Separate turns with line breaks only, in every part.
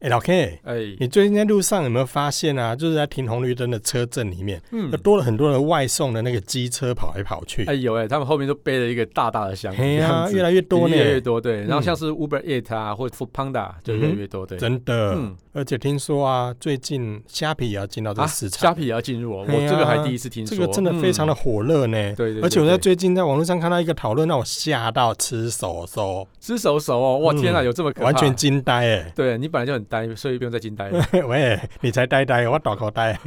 哎、老 K，
哎、
你最近在路上有没有发现啊？就是在停红绿灯的车阵里面，
嗯
就，多了很多的外送的那个机车跑来跑去
哎。有哎，他们后面都背了一个大大的箱子，
嘿
这
呀、
样子
越来越多呢，
越来越多对。然后
嗯
像是 Uber Eat 啊，或 Food Panda 就越来越多对。
真的。
嗯
而且听说啊，最近虾皮也要进到这
啊，
个市场，
虾皮也要进入哦，
哎
我
呀
这个还第一次听
这
说，
个真的非常的
嗯
火热呢。
对对。
而且我
对
在
对
最近在网络上看到一个讨论，让我吓到吃手手，
吃手手哦，哇
嗯
天啊，有这么可怕？
完全惊呆哎、
对你本来就很呆，所以不用再惊呆了。
喂，你才呆呆，我倒口呆。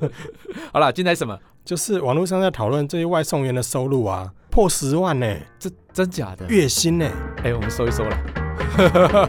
好啦，惊呆什么？
就是网络上在讨论这些外送员的收入啊，破十万呢、
这真假的？
月薪呢、
哎，我们搜一搜了。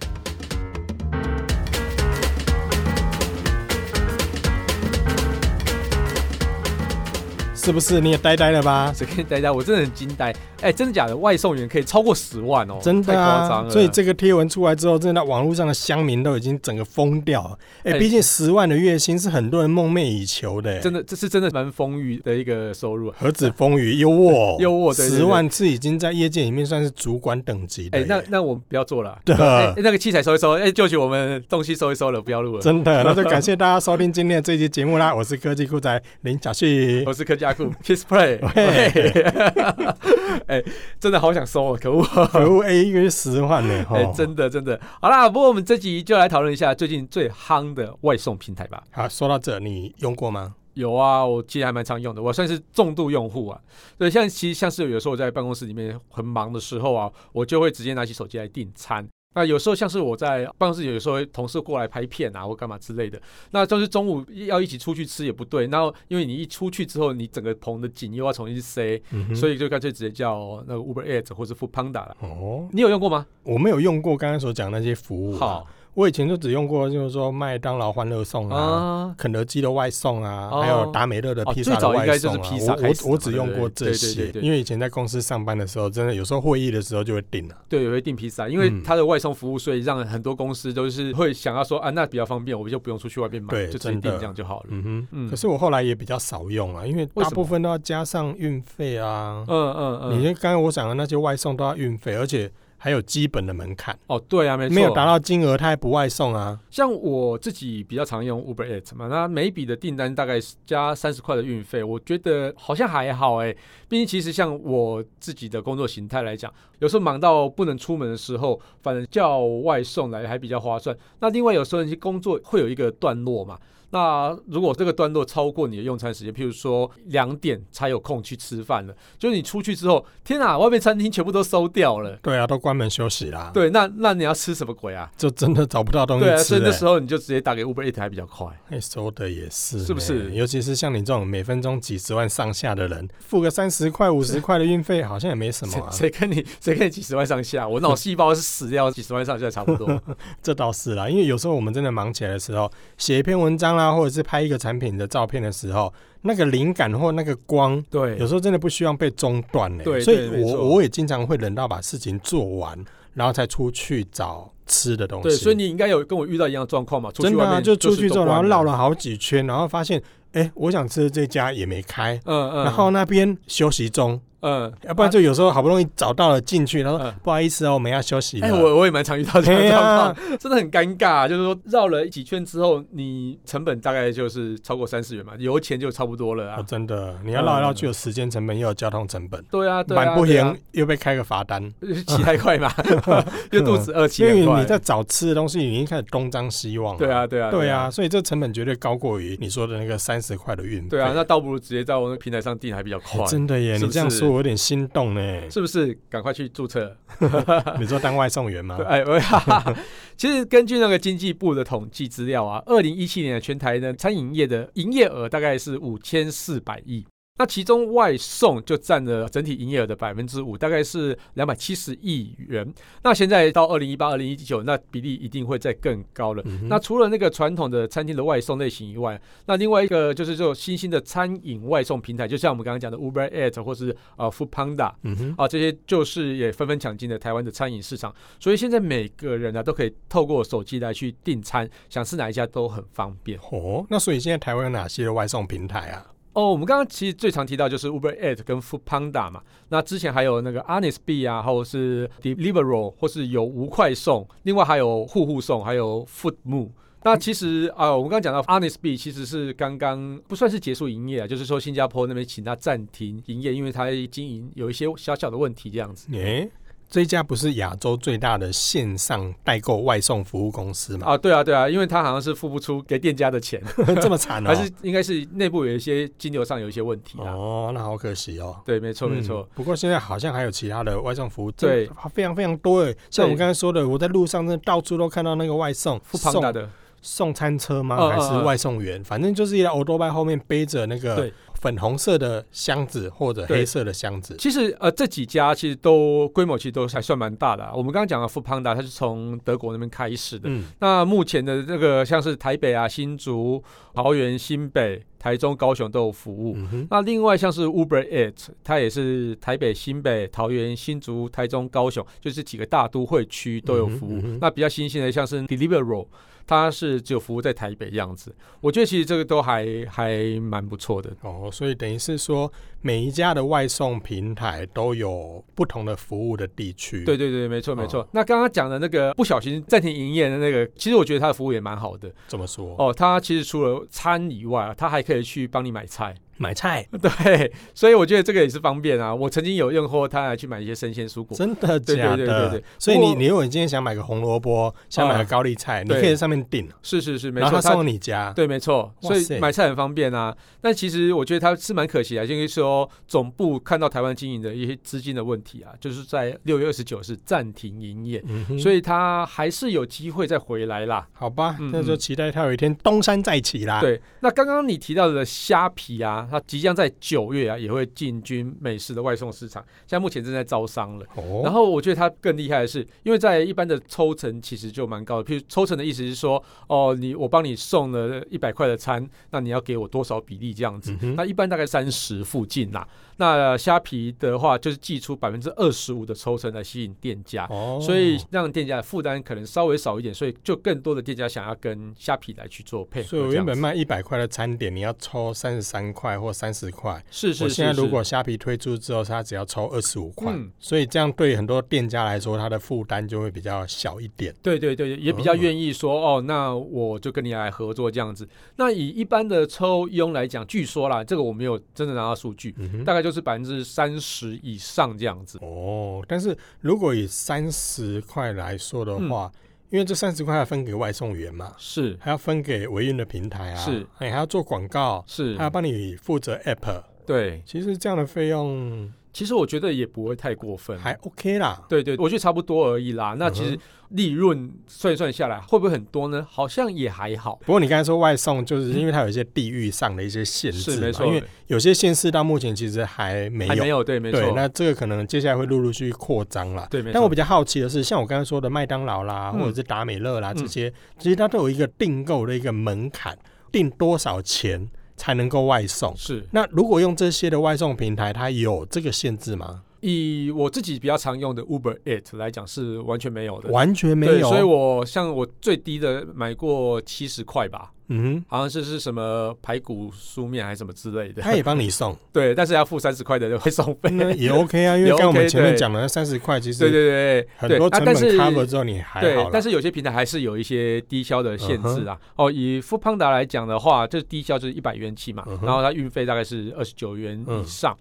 是不是你也呆呆了吧？
谁跟大家？我真的很惊呆！哎、真的假的？外送员可以超过十万哦，
真的
太夸
啊！
张了。
所以这个贴文出来之后，真的网络上的乡民都已经整个疯掉了。哎、
哎
毕竟十万的月薪是很多人梦寐以求的、
真的这是真的蛮丰裕的一个收入。啊
何止风雨优渥，
优渥对对对
十万是已经在业界里面算是主管等级的
哎、
耶。
那那我们不要做了。
对啊
哎、那个器材收一收，哎、就取我们东西收一收了，不要录了。
真的，那就感谢大家收听今天的这一期节目啦！我是科技酷仔林小 旭
我，是科技阿酷，Kiss Play
喂。
哎、真的好想收哦，可恶！
可恶，哎，一个月十万呢，
哎、
吼
真的真的。好啦，不过我们这集就来讨论一下最近最夯的外送平台吧。
好，说到这，你用过吗？
有啊，我其实还蛮常用的，我算是重度用户啊。对，像其实像是有时候我在办公室里面很忙的时候啊，我就会直接拿起手机来订餐。那有时候像是我在办公室，有时候同事过来拍片啊，或干嘛之类的，那就是中午要一起出去吃也不对。然后因为你一出去之后，你整个棚的景又要重新塞，
嗯哼
所以就干脆直接叫那个 Uber Eats 或者 Food Panda 了。
哦，
你有用过吗？
我没有用过刚刚所讲的那些服务、啊，
好
我以前就只用过，就是说麦当劳欢乐送啊。
啊，
肯德基的外送啊，
哦
还有达美乐的披萨
哦最
的
早应
外
该就
送
是
啊，
披萨
我
开
我
始
我
嘛
只
对
用
不
过
对
这
对对
些，
对对
因为以前在公司上班的时候，真的有时候会议的时候就会订啊了、
对，也会订披萨，因为
嗯
它的外送服务，所以让很多公司都是会想要说啊，那比较方便，我们就不用出去外面买，
对
就直接
真
订
的
这样就好了。
嗯哼，
嗯
可是我后来也比较少用啊了、因为
为
大
什么
部分都要加上运费啊。
嗯嗯嗯，
你就刚刚我讲的那些外送都要运费，而且还有基本的门槛，
哦，对啊，没错，
没有达到金额他还不外送啊。
像我自己比较常用 Uber Eats 嘛，那每笔的订单大概是加三十块的运费，我觉得好像还好哎、毕竟其实像我自己的工作形态来讲，有时候忙到不能出门的时候，反正叫外送来还比较划算。那另外有时候你工作会有一个段落嘛。那如果这个段落超过你的用餐时间，譬如说两点才有空去吃饭了，就是你出去之后，天啊，外面餐厅全部都收掉了。
对啊，都关门休息啦。，
对，那那你要吃什么鬼啊？
就真的找不到东西
对啊，
吃、
所
欸。
以那时候你就直接打给 Uber Eat 还比较快。
哎说的也是呢，
是不是
尤其是像你这种每分钟几十万上下的人，付个三十块、五十块的运费，好像也没什么、
谁
啊。
谁跟你 谁跟你几十万上下？我脑细胞是死掉几十万上下差 不多。
这倒是啦，因为有时候我们真的忙起来的时候，写一篇文章啦，或者是拍一个产品的照片的时候，那个灵感或那个光，
对
有时候真的不希望被中断呢、
对
所以
对没
我
错
我也经常会忍到把事情做完，然后才出去找吃的东西。
对，所以你应该有跟我遇到一样的状况嘛？出去
真的、
外
啊、
面
就出去之后，然后绕
了。
了好几圈，然后发现，哎、我想吃的这家也没开，
嗯嗯，
然后那边休息中。
嗯，
要不然就有时候好不容易找到了进去，然后、
嗯
不好意思哦，我们要休息了。
哎、我我也蛮常遇到这样
哎呀
的状况，真的很尴尬、啊就是说绕了几圈之后，你成本大概就是超过三十元嘛，油钱就差不多
哦
了啊。
真的，你要绕来绕去有时间成本，又有交通成本，
对啊，对啊，
满不
对
行、
啊，
又被开个罚单。
骑太 快嘛，就肚子饿，
嗯
骑
因
很
为
快。
你在找吃的东西，你已经开始东张西望了。
对啊，对啊，
对啊，，所以这成本绝对高过于你说的那个三十块的运费。
对啊，那倒不如直接在我那个平台上订还比较快，
哎真的耶！
是不是
你这样说，我有点心动 呢。
是不是？赶快去注册。
你说当外送员吗？
哎，我其实根据那个经济部的统计资料啊，二零一七年的全台呢餐饮业的营业额大概是五千四百亿。那其中外送就占了整体营业额的百分之五，大概是两百七十亿元。那现在到二零一八、二零一九，那比例一定会再更高了。
嗯哼
那除了那个传统的餐厅的外送类型以外，那另外一个就是这种新兴的餐饮外送平台，就像我们刚刚讲的 Uber Eats 或是呃 Food Panda
嗯哼，
啊，这些就是也纷纷抢进了台湾的餐饮市场。所以现在每个人啊呢、都可以透过手机来去订餐，想吃哪一家都很方便。
哦，那所以现在台湾有哪些的外送平台啊？
哦，我们刚刚其实最常提到就是 Uber Eats 跟 Food Panda 嘛，那之前还有那个 Honest Bee 啊，或者是 Deliveroo，或是有无快送，另外还有户户送，还有 Food Moo。那其实啊、我们刚刚讲到 Honest Bee 其实是刚刚不算是结束营业啊，就是说新加坡那边请他暂停营业，因为他经营有一些小小的问题这样子。
诶、这一家不是亚洲最大的线上代购外送服务公司吗？
啊，对啊，对啊，因为他好像是付不出给店家的钱，
这么惨哦、
还是应该是内部有一些金流上有一些问题啊。
哦，那好可惜哦。
对，没错，没错。
嗯不过现在好像还有其他的外送服务，
对
这非常非常多诶。像我们刚才说的，我在路上真的到处都看到那个外送，
富胖大
送
的
送餐车吗？
嗯
还是
嗯嗯
外送员？反正就是一辆欧多拜后面背着那个
对
粉红色的箱子或者
对
黑色的箱子。
其实呃，这几家其实都规模其实都还算蛮大的啊、我们刚刚讲的富胖达，它是从德国那边开始的。
嗯，
那目前的这个像是台北啊、新竹、桃园、新北、台中、高雄都有服务。
嗯哼，
那另外像是 Uber Eats，它也是台北、新北、桃园、新竹、台中、高雄，就是几个大都会区都有服务。
嗯哼嗯哼
那比较新兴的像是 Deliveroo，它是只有服务在台北这样子。我觉得其实这个都还还蛮不错的。
哦，所以等于是说，每一家的外送平台都有不同的服务的地区。
对，对对，没错没错。
哦
那刚刚讲的那个不小心暂停营业的那个，其实我觉得它的服务也蛮好的
怎么说？
哦。它其实除了餐以外啊，它还可以去帮你买菜。
买菜，
对，所以我觉得这个也是方便啊。我曾经有用过它来去买一些生鲜蔬果。
真的
对对
假的？
对对对
所以
不
你
过
你如果你今天想买个红萝卜，想买个高丽菜，你可以
对
在上面订，
是是啊是，没
然后
错，
他送到你家。
对，没错，
哇
所
塞
以买菜很方便啊。但其实我觉得它是蛮可惜啊，就是说总部看到台湾经营的一些资金的问题啊，就是在六月二十九是暂停营业，
嗯哼，
所
以
以它还是有机会再回来啦。
好吧，
嗯
那就期待他有一天东山再起啦。，
对，那刚刚你提到的虾皮啊，它即将在九月啊也会进军美式的外送市场，现在目前正在招商了。
哦，
然后我觉得它更厉害的是，因为在一般的抽成其实就蛮高的，譬如抽成的意思是说，哦，你我帮你送了一百块的餐，那你要给我多少比例这样子？
嗯哼
那一般大概三十附近啦。那虾皮的话，就是寄出百分之二十五的抽成来吸引店家。
哦，
所以让店家的负担可能稍微少一点，所以就更多的店家想要跟虾皮来去做配合这
所
样
以
子。
我原本卖一百块的餐点，你要抽三十三块或三十块。
是是
我
是，
现在如
是
果虾皮推出之后，它只要抽二十五块
嗯，
所以这样对很多店家来说，它的负担就会比较小一点。
对对对，也比较愿意说、哦，那我就跟你来合作这样子。那以一般的抽佣来讲，据说啦，这个我没有真的拿到数据，
嗯哼，
大概就是百分之三十以上这样子。
哦，但是如果以三十块来说
嗯
的话，因为这三十块要分给外送员嘛，
是
还要分给维运的平台啊，
是
哎，还要做广告，
是
还，要帮你负责 app。
对，
其实这样的费用
其实我觉得也不会太过分。
还嗯 OK 啦。
对对，我觉得差不多而已啦。那其实利润算一算下来，会不会很多呢？好像也还好。
不过你刚才说外送，就是因为它有一些地域上的一些限制
是
嘛，
没错，
因为有些县市到目前其实还没
还
有，
没有对，没
对，
错，
那这个可能接下来会陆陆续续扩张啦。
对没错。
但我比较好奇的是，像我刚才说的麦当劳啦，
嗯
或者是达美乐啦、
嗯
这些，其实它都有一个订购的一个门槛，订多少钱才能够外送？
是
那如果用这些的外送平台，它有这个限制吗？
以我自己比较常用的 Uber It 来讲，是完全没有的。
完全没
对，
有。
所以我像我最低的买过七十块吧，
嗯
好像是是什么排骨酥面还是什么之类
哼，
的。
它也帮你送，
对，但是要付三十块的会送费。
那也 OK 啊，因为
也
刚刚
OK，
我们前面
对
讲的三十块，其
对
实
对对
很
对，
多
啊
成本
但是
cover 之后你还
对
好啦，嗯
但是有些平台还是有一些低消的限制啊。哦，以富邦达来讲的话，这低消就是一百元起嘛，
嗯哼
然后它运费大概是二十九元
嗯
以上。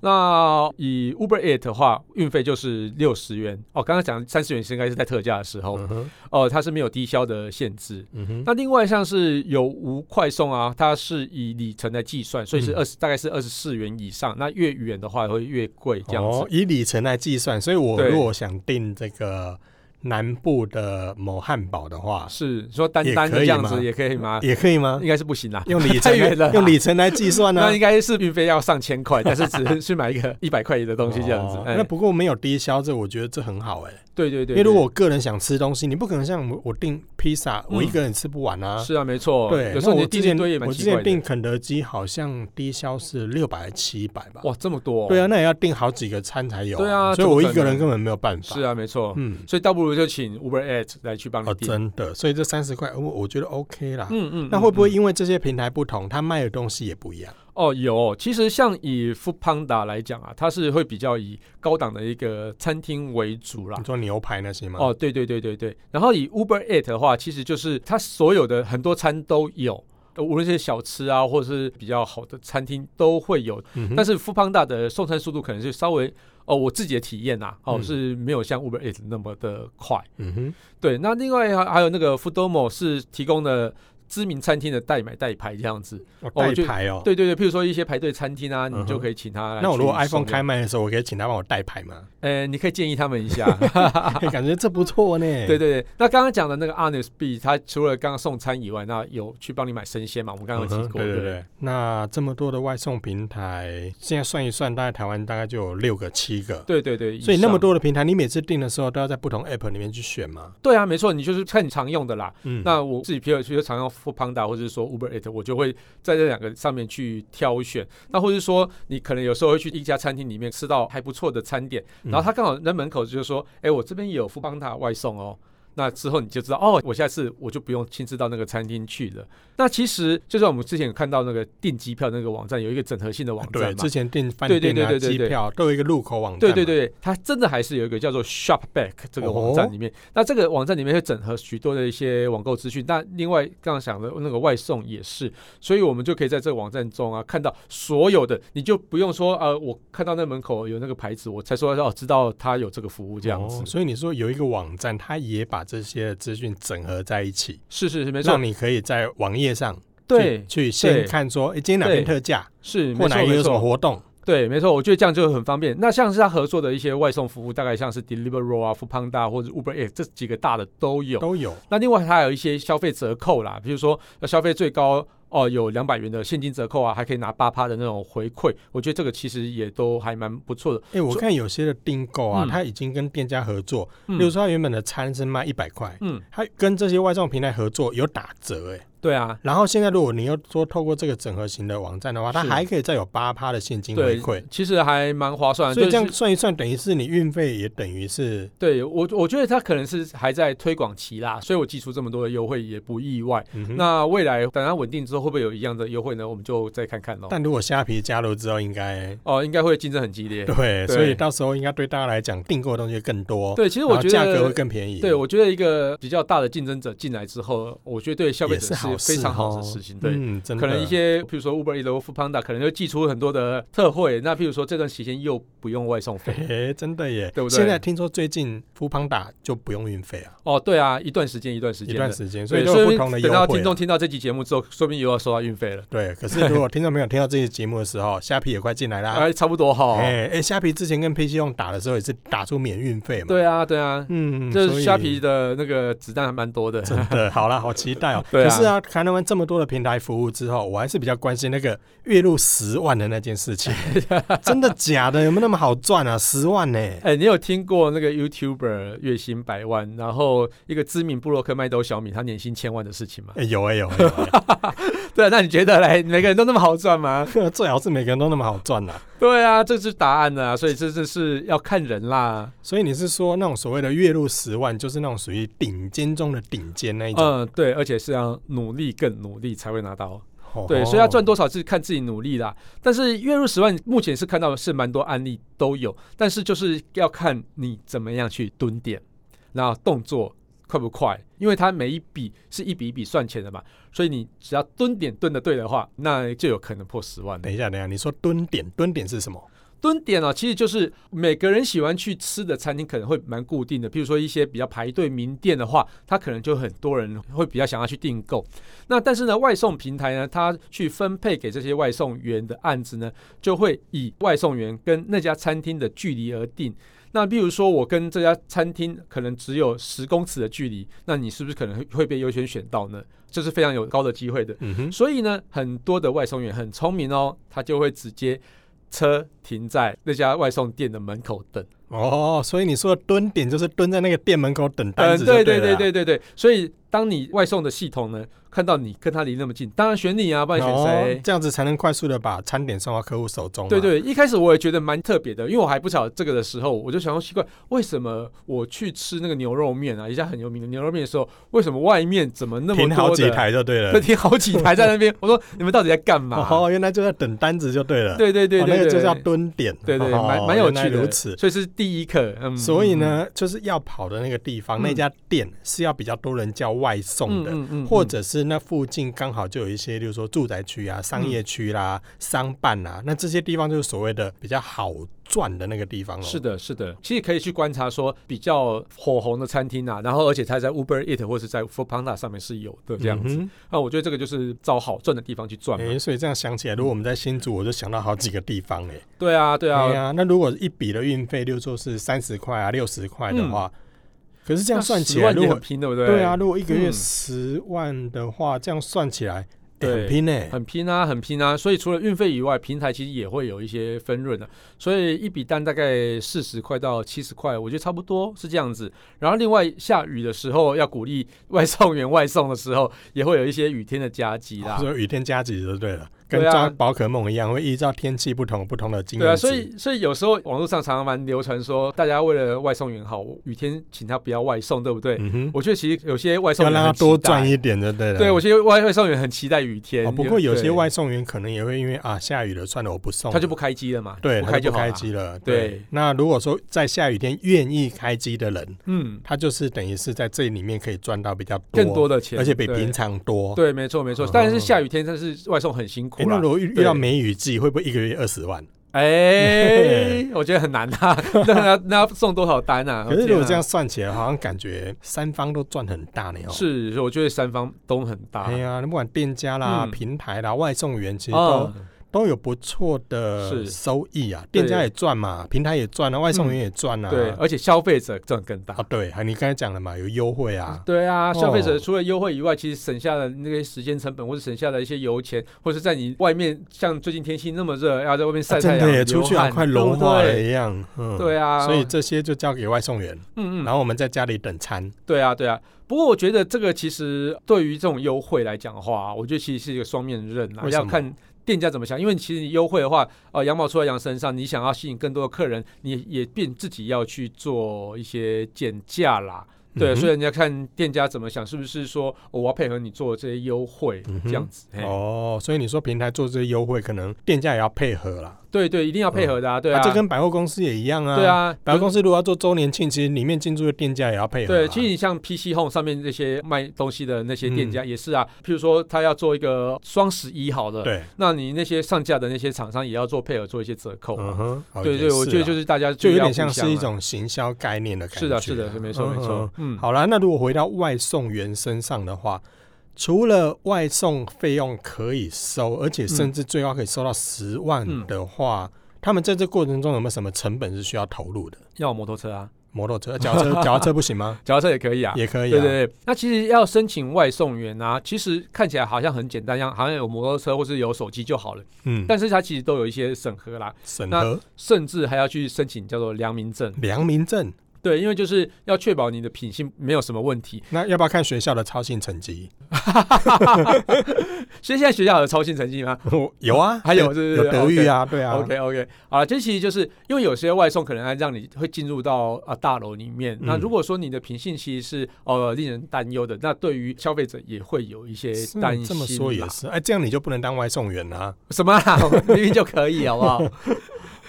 那以 Uber Eat 的话，运费就是六十元哦。刚刚讲三十元是应该是在特价的时候、
嗯哼，
哦，它是没有低消的限制。
嗯哼，
那另外像是有无快送啊，它是以里程来计算，所以是
嗯
二十、大概是二十四元以上。那越
哦
远的话会越贵这样子。
哦，以里程来计算，所以我
对
如果想订这个南部的某汉堡的话，
是说单
也
单的
可
这
以
样
吗
子也可以吗？
也可以 吗？
应该是不行啦，
用里
啊太
程
远了
来
啦
用里程来计算呢、啊
那应该是运费要上千块，但是只是买一个一百块的东西这样子
哦。
哎
那不过没有低消，这我觉得这很好哎、
对对对，
因为如
对
果我个人想吃东西，你不可能像我我订披萨，
嗯
我一个人吃不完啊。
是啊，没错，
对，
有时
那
候
我
你
之
订一
前
堆也蛮
我之
奇怪
前订
的。
肯德基好像低消是六百七百吧？
哇，这么多，哦
对啊，，那也要订好几个餐才有、
对啊
所以
怎么
我
可
一个
能
人根本没有办法。
是啊，没错，
嗯，
所以倒不如就请 Uber Eats 来去帮你
哦，
订。
真的，所以这三十块，我我觉得 OK 啦。
嗯嗯，
那会不会
嗯
因为这些平台不同，它卖的东西也不一样？
哦？有，其实像以 Food Panda 来讲啊，它是会比较以高档的一个餐厅为主啦
你。说牛排那些吗？
啊哦，对对对对对。然后以 Uber Eat 的话，其实就是它所有的很多餐都有，呃无论是小吃啊，或者是比较好的餐厅都会有。
嗯哼，
但是 f o o Panda 的送餐速度可能是稍微哦，我自己的体验呐、哦、
嗯
是没有像 Uber Eat 那么的快。
嗯哼，
对，那另外还还有那个 Foodomo 是提供了知名餐厅的代买代拍这样子。
哦
哦
代
我就
牌哦。
对对对，譬如说一些排队餐厅啊，你
嗯
就
哼
可以请他来。
那我如果 iPhone 开，卖的时候，我可以请他帮我代牌 吗？
呃，你可以建议他们 一下。
嘿感觉这不错呢。
对对对，那刚刚讲的那个 Honest B，它除了刚刚送餐以外，那有去帮你买生鲜嘛？我们刚刚有
嗯
提
哼
过，
对
不
对。对。那这么多的外送平台，现在算一算，大概台湾大概就有六个、七个。
对对对，以
所以那么
上，
多的平台，你每次订的时候都要在不同 App 里面去选嘛？
对啊，没错，你就是看你常用的啦。
嗯，
那我自己譬如譬如常用 f o o Panda 或者是说 Uber Eat，我就会在这两个上面去挑选。那或者说你可能有时候会去一家餐厅里面吃到还不错的餐点，
嗯
然后他刚好在门口就说：“哎、我这边也有 f o o Panda 外送哦。”那之后你就知道哦，我下次我就不用亲自到那个餐厅去了。那其实就像我们之前有看到那个订机票那个网站有一个整合性的网站
对，
嘛
之，前订饭
对对
店啊、
对对对
机
对
票都有一个入口网站。
对对，对，它真的还是有一个叫做 Shopback 这个网
哦
站里面，那这个网站里面会整合许多的一些网购资讯。那另外刚刚讲的那个外送也是，所以我们就可以在这个网站中啊看到所有的，你就不用说呃，我看到那门口有那个牌子，我才说哦，知道它有这个服务这样
哦
子。
所以你说有一个网站，它也把这些资讯整合在一起，
是是是，没错
让，你可以在网页上去
对，
去先
对
看说，诶今天哪
对
边特价，
是没
或
错
哪一个
没
有什么
错，
活动。
对，没错，我觉得这样就很方便。那像是它合作的一些外送服务，大概像是 Deliveroo 啊、Foodpanda 或者 Uber Eats 这几个大的都有。
都有，
那另外它还有一些消费折扣啦，比如说呃消费最高哦有两百元的现金折扣啊，还可以拿八趴的那种回馈，我觉得这个其实也都还蛮不错的。
哎、我
说
看有些的订购啊，
嗯
它已经跟店家合作，
嗯
比如说它原本的餐是卖一百块，
嗯，
它跟这些外送平台合作有打折哎、
对啊，
然后现在如果你又说透过这个整合型的网站的话，它
是
还可以再有八趴的现金回
对
馈，，
其实还蛮划算的。
所以
就
这样
是
算一算，等于是你运费也等于是
对我我觉得它可能是还在推广期啦，所以我寄出这么多的优惠也不意外。
嗯哼。
那未来等它稳定之后，会不会有一样的优惠呢？我们就再看看喽。
但如果虾皮加入之后，应该
哦，应该会竞争很激烈。
对，所以到时候应该对大家来讲，订购的东西更多，
对，其实
然
我
后
觉得
价格会更便宜。
对，我觉得一个比较大的竞争者进来之后，我觉得对消费
也
者
是好
非常好的
哦
事情。对，
嗯，真的
可能一些，比如说 Uber Eats 或 Foodpanda，可能就寄出很多的特惠。那譬如说这段期间又不用外送费。
嘿嘿真的耶，
对不对
现在听说最近富邦达就不用运费啊，
哦，对啊，一段时间一段时
一
间
段
的，
时间，所
对
以都有
说
不
明
同的优
等到
惠
听
啊
众。听到这期节目之后，说不定又要收到运费了。
对，可是如果听众朋友听到这期节目的时候，虾皮也快进来啦。
哎，差不多哈。
哎哎，虾皮之前跟 PC 用打的时候也是打出免运费嘛。，
对啊，对啊，
嗯，
这
所以
虾皮的那个子弹还蛮多的。
真的 好啦，好期待哦。
对啊
可是啊，台湾这么多的平台服务之后，我还是比较关心那个月入十万的那件事 情，真的假的？有没有那么好赚啊？十万呢、
哎，你有听过那个 YouTuber 月薪百万，然后一个知名布洛克麦兜小米他年薪千万的事 情吗？
哎有哎、有哎、有哎
对啊，那你觉得嘞，每个人都那么好赚吗？
最好是每个人都那么好赚呐、
对啊，这是答案啊，所以这就是要看人啦。
所以你是说那种所谓的月入十万，就是那种属于顶尖中的顶尖那一种？
嗯，对，而且是要努力更努力才会拿到。
哦
对，所以要赚多少是看自己努力啦。但是月入十万，目前是看到是蛮多案例都有，但是就是要看你怎么样去蹲点，然后动作快不快，因为它每一笔是一笔一笔算钱的嘛，所以你只要蹲点蹲的对的话，那就有可能破十万。
等一下，等一下，你说蹲点，蹲点是什么？
蹲点哦，其实就是每个人喜欢去吃的餐厅可能会蛮固定的，比如说一些比较排队名店的话，它可能就很多人会比较想要去订购。那但是呢，外送平台呢，它去分配给这些外送员的案子呢，就会以外送员跟那家餐厅的距离而定。那比如说，我跟这家餐厅可能只有十公尺的距离，那你是不是可能会会被优先选到呢？这是非常有高的机会的。
嗯哼，
所以呢，很多的外送员很聪明哦，他就会直接车停在那家外送店的门口等。
哦，所以你说的蹲点就是蹲在那个店门口等单
嗯，
子、对
对对
了啦，啊
对对对。所以当你外送的系统呢，看到你跟他离那么近，当然选你啊，不然选谁？
哦，这样子才能快速的把餐点送到客户手中、
对，对，一开始我也觉得蛮特别的，因为我还不晓得这个的时候，我就想说奇怪，为什么我去吃那个牛肉面啊，一家很有名的牛肉面的时候，为什么外面怎么那么
停
多
好几
的，
台就对
对
了。
停好几台在那边？我说你们到底在干 嘛？
哦，原来就在等单子就对了。
对对对
哦
对对，
那个就叫蹲点。
对对，
哦
蛮蛮有
原来
趣的，
如此。
所以是第一课，嗯，
所以呢，就是要跑的那个地方，
嗯
那家店是要比较多人叫外送
嗯，嗯
的，
嗯嗯，
或者是那附近刚好就有一些，例如说住宅区啊、商
嗯
业区啦、商办啊，那这些地方就是所谓的比较好赚的那个地方了。
是的，是的，其实可以去观察说比较火红的餐厅啊，然后而且它在 Uber Eat 或是在 Food Panda 上面是有的这样子。
嗯
那、我觉得这个就是找好赚的地方去
哼。
赚嘛。
哎、所以这样想起来，如果我们在新竹，我就想到好几个地方哎、
对啊，对啊，
对呀、那如果一笔的运费，例如说是三十块啊、六十块的
嗯
话，可是这
这
样算起来，如
很
果
拼，对不对？
对啊，，如果一个月
嗯
十万的话，这样算起来、哎
对
很拼呢、
很拼啊，很拼啊。所以除了运费以外，平台其实也会有一些分润的、啊所以一笔单大概四十块到七十块，我觉得差不多是这样子。然后另外下雨的时候，要鼓励外送员外送的时候，也会有一些雨天的加急啦。
哦
啊
所以雨天加急就对了，跟
对啊
抓宝可梦一样，会依照天气不同有不同的经验
对
值。
啊，所以所以有时候网络上常常蛮流传说，大家为了外送员好，雨天请他不要外送，对不对？
嗯哼，
我觉得其实有些外送
要
员
让他
很期
多赚
待
一点就对了。
对，我觉得外外送员很期待雨天。
哦不过有些
对
外送员可能也会因为啊下雨了，算了，我不送了，
他就不开机了嘛，
对，
不
他
开
就
就
不
好
开
了。
机了。
对
那如果说在下雨天愿意开机的人，
嗯，
他就是等于是在这里面可以赚到比较多，
更多的钱，
而且比
对
平常多。
对，没错没错
哦。
但是下雨天，但是外送很辛苦
诶那
啦
如。果遇遇
对哦
到梅雨季，会不会一个月二十万？
哎， 我觉得很难啊，那那要送多少单啊？
可是如果
我天啊
这样算起来，好像感觉三方都赚很大呢哦。
是，是我觉得三方都很大。
哎呀，那不管店家啦、
嗯
平台啦、外送员，其实都
啊，
都有不错的
是
收益啊。
对
店
嗯
家也赚嘛，平台也赚啊，外送员也赚啊。
对，而且消费者赚更大
啊。，对，还你刚才讲了嘛，有优惠啊。
对啊，消费
哦
者除了优惠以外，其实省下了那些时间成本，或者省下了一些油钱，或者在你外面像最近天气那么热，要在外面晒
啊
太
真
阳，
的耶，出去
流
好像
汗
快融化
对
了
不对
一样。嗯，
对啊，
所以这些就交给外送员，
嗯嗯，
然后我们在家里等餐。
对啊对啊。不过我觉得这个其实对于这种优惠来讲的话，我觉得其实是一个双面刃啊，
为什么
要看。店家怎么想？因为其实你优惠的话，呃，羊毛出在羊身上，你想要吸引更多的客人，你也便自己要去做一些减价啦。对，
嗯哼
所以你要看店家怎么想，是不是说、哦我要配合你做这些优惠、
嗯哼
这样子？嘿
哦，所以你说平台做这些优惠，可能店家也要配合啦。
对对，一定要配合的啊，对
啊
啊，
这跟百货公司也一样啊。
对，啊，
百货公司如果要做周年庆，其实里面进驻的店家也要配合啊。
对，其实你像 PC Home 上面那些卖东西的那些店
嗯
家也是啊，譬如说他要做一个双十一好了，
对，
那你那些上架的那些厂商也要做配合，做一些折扣
嗯
啊。
哼，好
对
也
对，
是
我觉
啊
得就是大家
就有
要
点
互
像
相
是一
啊。
种行销概念的感觉。
是的，是的，没错，
嗯
没错。。嗯
嗯，好啦，那如果回到外送员身上的话，除了外送费用可以收，而且甚至最高可以收到十万
嗯
的话，他们在这过程中有没有什么成本是需要投入的？
要有摩托车啊，
摩托车、呃脚踏 车、脚踏车不行吗？
脚踏车也可以啊。
也可以
对
啊。
对对，那其实要申请外送员啊，其实看起来好像很简单一样，好像有摩托车或是有手机就好了。
嗯，
但是它其实都有一些审核啦，
审
那
核
甚至还要去申请叫做良民证。
良民证，
对，因为就是要确保你的品性没有什么问题。
那要不要看学校的操性成绩？
所以现在学校有操性成绩吗？
有 啊，
还有是哦
有德育啊，对啊。
OK OK，好了，这其实就是因为有些外送可能还让你会进入到啊、大楼里面。那
嗯
如果说你的品性其实是呃令人担忧的，那对于消费者也会有一些
是
担心啦。
这么说也是，哎，这样你就不能当外送员啊。
什么啦？ 明明就可以，好不好？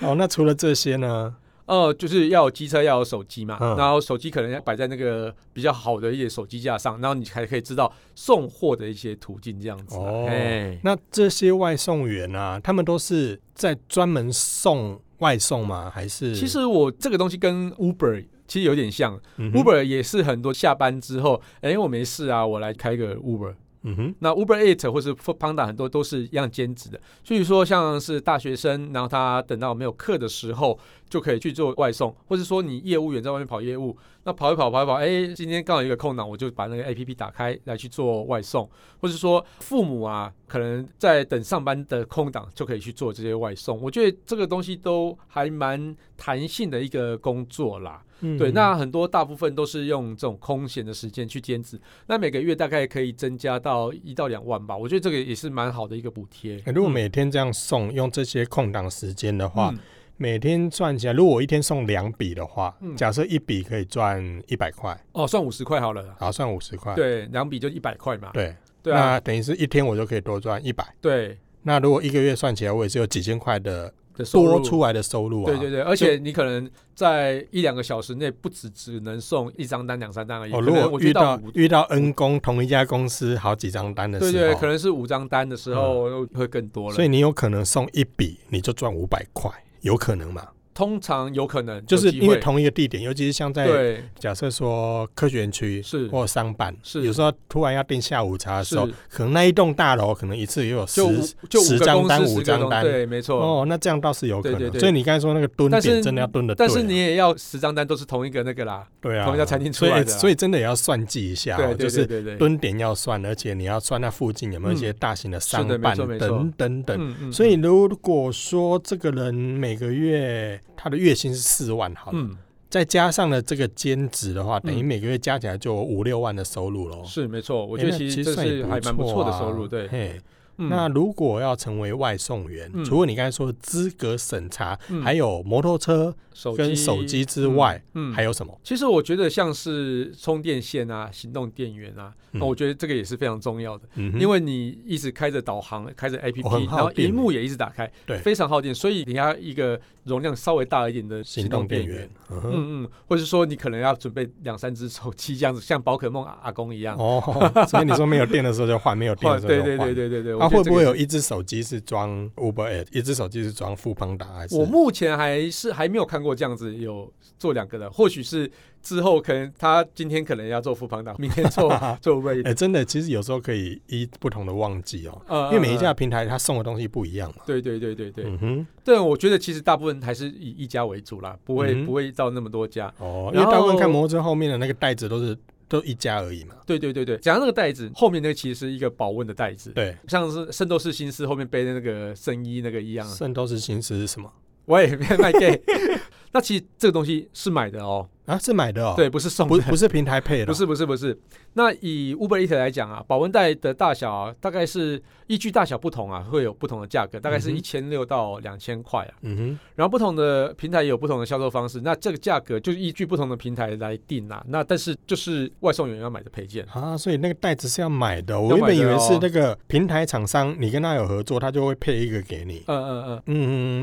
哦，那除了这些呢？
呃，就是要有机车，要有手机嘛，
嗯
然后手机可能要摆在那个比较好的一些手机架上，然后你才可以知道送货的一些途径这样子啦。
哦
哎
那这些外送员啊，他们都是在专门送外送吗？还是
其实我这个东西跟 Uber 其实有点像、
嗯
u
哼
b e r 也是很多下班之后，哎，我没事啊，我来开个 Uber。
嗯哼，
那 Uber Eat 或是 Food Panda 很多都是一样兼职的，所以说像是大学生，然后他等到没有课的时候，就可以去做外送，或是说你业务员在外面跑业务，那跑一跑跑一跑，哎，今天刚好有一个空档，我就把那个 APP 打开来去做外送，或是说父母啊，可能在等上班的空档就可以去做这些外送，我觉得这个东西都还蛮弹性的一个工作啦。
嗯
对，那很多大部分都是用这种空闲的时间去兼职，那每个月大概可以增加到一到两万吧，我觉得这个也是蛮好的一个补贴。
欸如果每天这样送，用这些空档时间的话，
嗯
每天赚起来，如果我一天送两笔的话，
嗯
假设一笔可以赚一百块，
哦，算五十块好了啦，
好算五十块，
对，两笔就一百块嘛，
对
对啊，
那等于是一天我就可以多赚一百。
对
那如果一个月算起来，我也是有几千块的
的收入哦
多出来的收入啊。
对对对，而且你可能在一两个小时内不止只能送一张单、两三单而已。
哦，
可
如
能
果
我
遇
遇
到
五，
遇到 N 公同一家公司好几张单的时
对
候，嗯
对，可能是五张单的时候会更多了。
所以你有可能送一笔你就赚五百块，有可能嘛？
通常有可能
就是
有机
因为
会
同一个地点，尤其是像在
对
假设说科学园区
是
或上班，
是
有时候突然要订下午茶的时候
是，
可能那一栋大楼可能一次也有十
就五就
十
五个
张
公
单、五
司十个
张
公
单。
对，没错。
哦，那这样倒是有可能。
对对对
所以你刚才说那个蹲
但是
点真的要蹲的对啊，
但是你也要十张单都是同一个那个啦，
对啊，
同一家餐厅出来的啊
所以所以真的也要算计一下哦、
对对
就
对
是
对对，
蹲点要算，而且你要算那附近有没有一些大型的商
是的
办
嗯没错没错
等等等。
嗯嗯
所以如果说这个人每个月他的月薪是四万好了，
嗯
再加上了这个兼职的话，等于
嗯
每个月加起来就有五六万的收入喽。
是没错，我
诶
觉得
那
哦其
实
实这
算也
是还蛮不错的
啊
收入，对。
嘿
嗯
那如果要成为外送员，
嗯
除了你刚才说的资格审查，
嗯
还有摩托车
手
跟
机
手机之外，
嗯，
还有什么？
其实我觉得像是充电线啊、行动电源啊，那
嗯
我觉得这个也是非常重要的，
嗯哼，
因
为
为你一直开着导航、开着
哦很
APP，
耗
然后
电
荧幕也一直打开，
对
非常耗电，所以你要一个容量稍微大一点的
行
行
动
动
电
电
源
源。，
嗯哼
嗯嗯，或是说你可能要准备两三只手机这样子，像宝可梦阿阿公一样。
哦， 所以你说没有电的时候就换，没有电
换
的时候就
对
换。
对对对对对，
啊，
我
会
觉得这
不
个
会
是
有一只手机是装 Uber Eats，一只手机是装富邦达？还是
我目前还是还没有看过这样子有做两个的，或许是之后可能他今天可能要做富邦达，明天做 做 u b e
哎、真的，其实有时候可以依不同的旺季哦，
呃，
因为每一家平台它送的东西不一样嘛。
对对对对对，
嗯哼，
但我觉得其实大部分还是以一家为主啦，不会、
嗯
不会到那么多家。
哦，因为
然后
大部分看摩托车后面的那个袋子都是都一家而已嘛。
对对对对，讲到那个袋子，后面那个其实是一个保温的袋子，
对，
像是《圣斗士星矢》后面背的那个圣衣那个一样啊。
圣斗士星矢是什么
我也没卖 gay，那 其实这个东西是买的哦，
啊？是买的哦，，
对，不是送的
不不是平台配的哦，
不是不是不是，那以 Uber Eat 来讲啊，保温袋的大小啊，大概是依据大小不同啊，会有不同的价格，大概是
嗯哼
一千六到两千块啊。
嗯
然后不同的平台也有不同的销售方式，那这个价格就是依据不同的平台来定啊。那但是就是外送员要买的配件，
哼，啊，所以那个袋子是要买的哦。我
要
原
买
本
的
以为是
哦
那个平台厂商，你跟他有合作，他就会配一个给你。
嗯嗯嗯，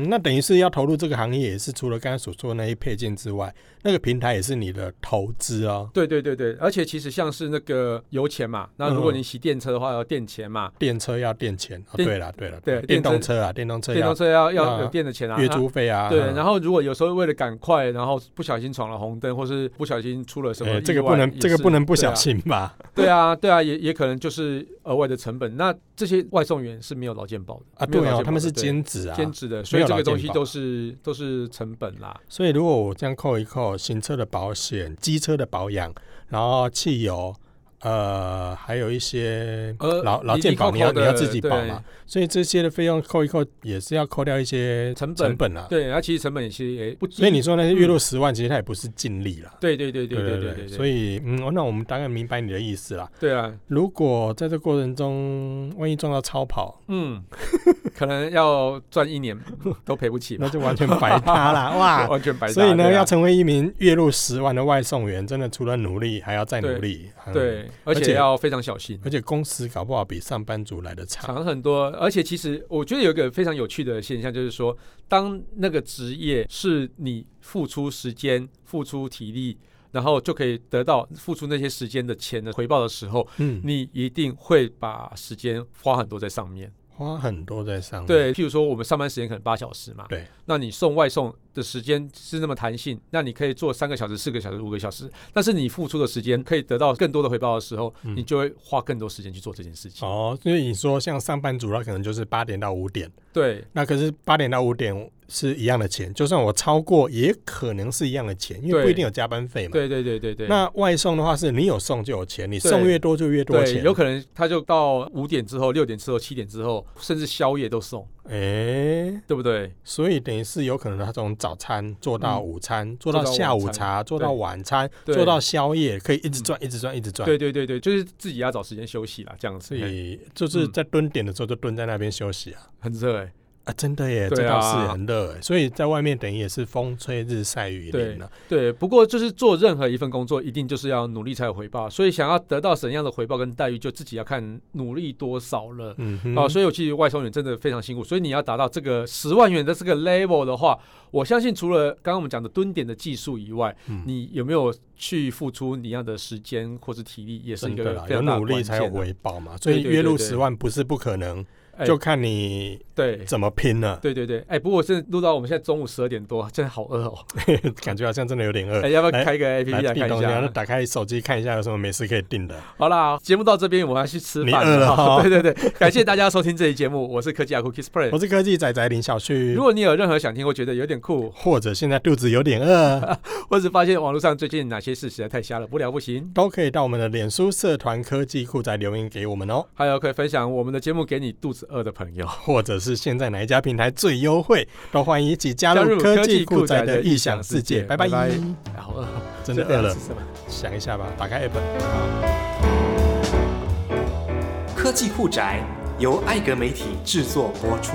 嗯，那等于是要投入这个行业，也是除了刚才所说的那些配件之外，那个平台也是你的投资哦，
对对对对，而且其实像是那个油钱嘛，那
嗯
如果你洗电车的话要电钱嘛，
电车要电钱哦，
电
对了对了，
对
电
电车
动车啊，电动车
电动
要
车要要
那
有电的钱啊，
月
那
租费啊，
对，
嗯
然后如果有时候为了赶快，然后不小心闯了红灯，或是不小心出了什么意
哎
外，
这个不能
也
这个
是
不能不
对啊
小心 吧？
对啊，对啊，也也可能就是额外的成本。那这些外送员是没有劳健保的
啊，
没
对
有劳健保
哦，
的
他们是
对
兼职啊，
兼职的，所
没有
以这
劳
个
健
东西
保
都是都是成本啦。
所以如果我这样扣一扣，行车的保险、机车的保养，然后汽油，呃，还有一些
呃
劳劳
你
健
你
保，
扣
你要
扣
你要
的
自己保
对
嘛，所以这些的费用扣一扣，也是要扣掉一些
成本
成本啊。
对，那其实成本也其实也不低。
所以你说那些月入十万，其实他也不是尽力啦。
对对对对对对对，
所
以
以嗯，哦那我们大概明白你的意思啦。
对啊，
如果在这过程中，万一撞到超跑，
嗯，可能要赚一年都赔不起
那
吧，
就完全白搭 啦，哇！
完全白搭。
所以呢，
对啊
要成为一名月入十万的外送员，真的除了努力，还要再努
对
力。嗯，
对，
而
而
且
且要非常小心。
而且工时搞不好比上班族来的长。
长很多，而且其实我觉得有一个非常有趣的现象，就是说，当那个职业是你付出时间、付出体力，然后就可以得到付出那些时间的钱的回报的时候，
嗯，
你一定会把时间花很多在上面。
花很多在上面。，
对，譬如说我们上班时间可能八小时嘛，
对，
那你送外送的时间是那么弹性，那你可以做三个小时、四个小时、五个小时，但是你付出的时间可以得到更多的回报的时候，
嗯
你就会花更多时间去做这件事情。
哦，所以你说像上班族，他可能就是八点到五点，
对，
那可是八点到五点是一样的钱，就算我超过，也可能是一样的钱，因为
对
不一定有加班费嘛。
对对对对对。
那外送的话，是你有送就有钱，你
对
送越多就越多
对，
钱。
有可能他就到五点之后、六点之后、七点之后，甚至宵夜都送，
哎、
对不对？
所以等于是有可能他从早餐做到
嗯
午餐，做
做
到
到
下
晚
午
餐
茶，做
对
到晚餐，
对嗯
做到宵夜，可以一直赚，一直赚，一直赚。
对对对对，就是自己要找时间休息啦，这样子
所。以就是在蹲点的时候就蹲在那边休息啊。
很热哎、
啊，真的耶，这
对
倒
啊
是很热耶，所以在外面等于也是风吹日晒雨淋啊。
对，不过就是做任何一份工作，一定就是要努力才有回报， 所以想要得到怎样的回报跟待遇，就自己要看努力多少了。
嗯哼，
啊，所以我其实外送员真的非常辛苦，所以你要达到这个十万元的这个 level 的话，我相信除了刚刚我们讲的蹲点的技术以外，
嗯
你有没有去付出你要的时间或是体力，也是
真
一
的
个
啦，
非
有
常大的
努力才有
关键啊
回报嘛。所以
对对
月
对
入
对
十万不是不可能，
哎
就看你
对
怎么拼了。
对对对，哎、不过我真的录到我们现在中午十二点多，真的好饿哦，
感觉好像真的有点饿
哎、。要不
来
要开个 A P
来
P 来
订
看
东
一
西，然后
下？哎
打开手机看一下有什么美食可以订的。
好啦，节目到这边，我要去吃
你
饭
饿了哦
对对对，感谢大家收听这期节目，我是科技阿酷 Kiss Play
我。是科技仔仔林小旭
如，果你有任何想听，或觉得有点酷，
或者现在肚子有点饿，
或是发现网络上最近哪些事实在太瞎了，不聊不行，
都可以到我们的脸书社团科技酷仔留言给我们哦。
还有可以分享我们的节目给你肚子饿的朋友。
或者是现在哪一家平台最优惠，都欢迎一起加
加
入
入
科
科
技
技
酷
酷
宅
宅
的
的
异
异
想
想
世
世
界。
界
拜拜
拜拜，然后饿，哦
真的饿了，
是吧
想一下吧，打开 app。
科技酷宅由艾格媒体制作播出。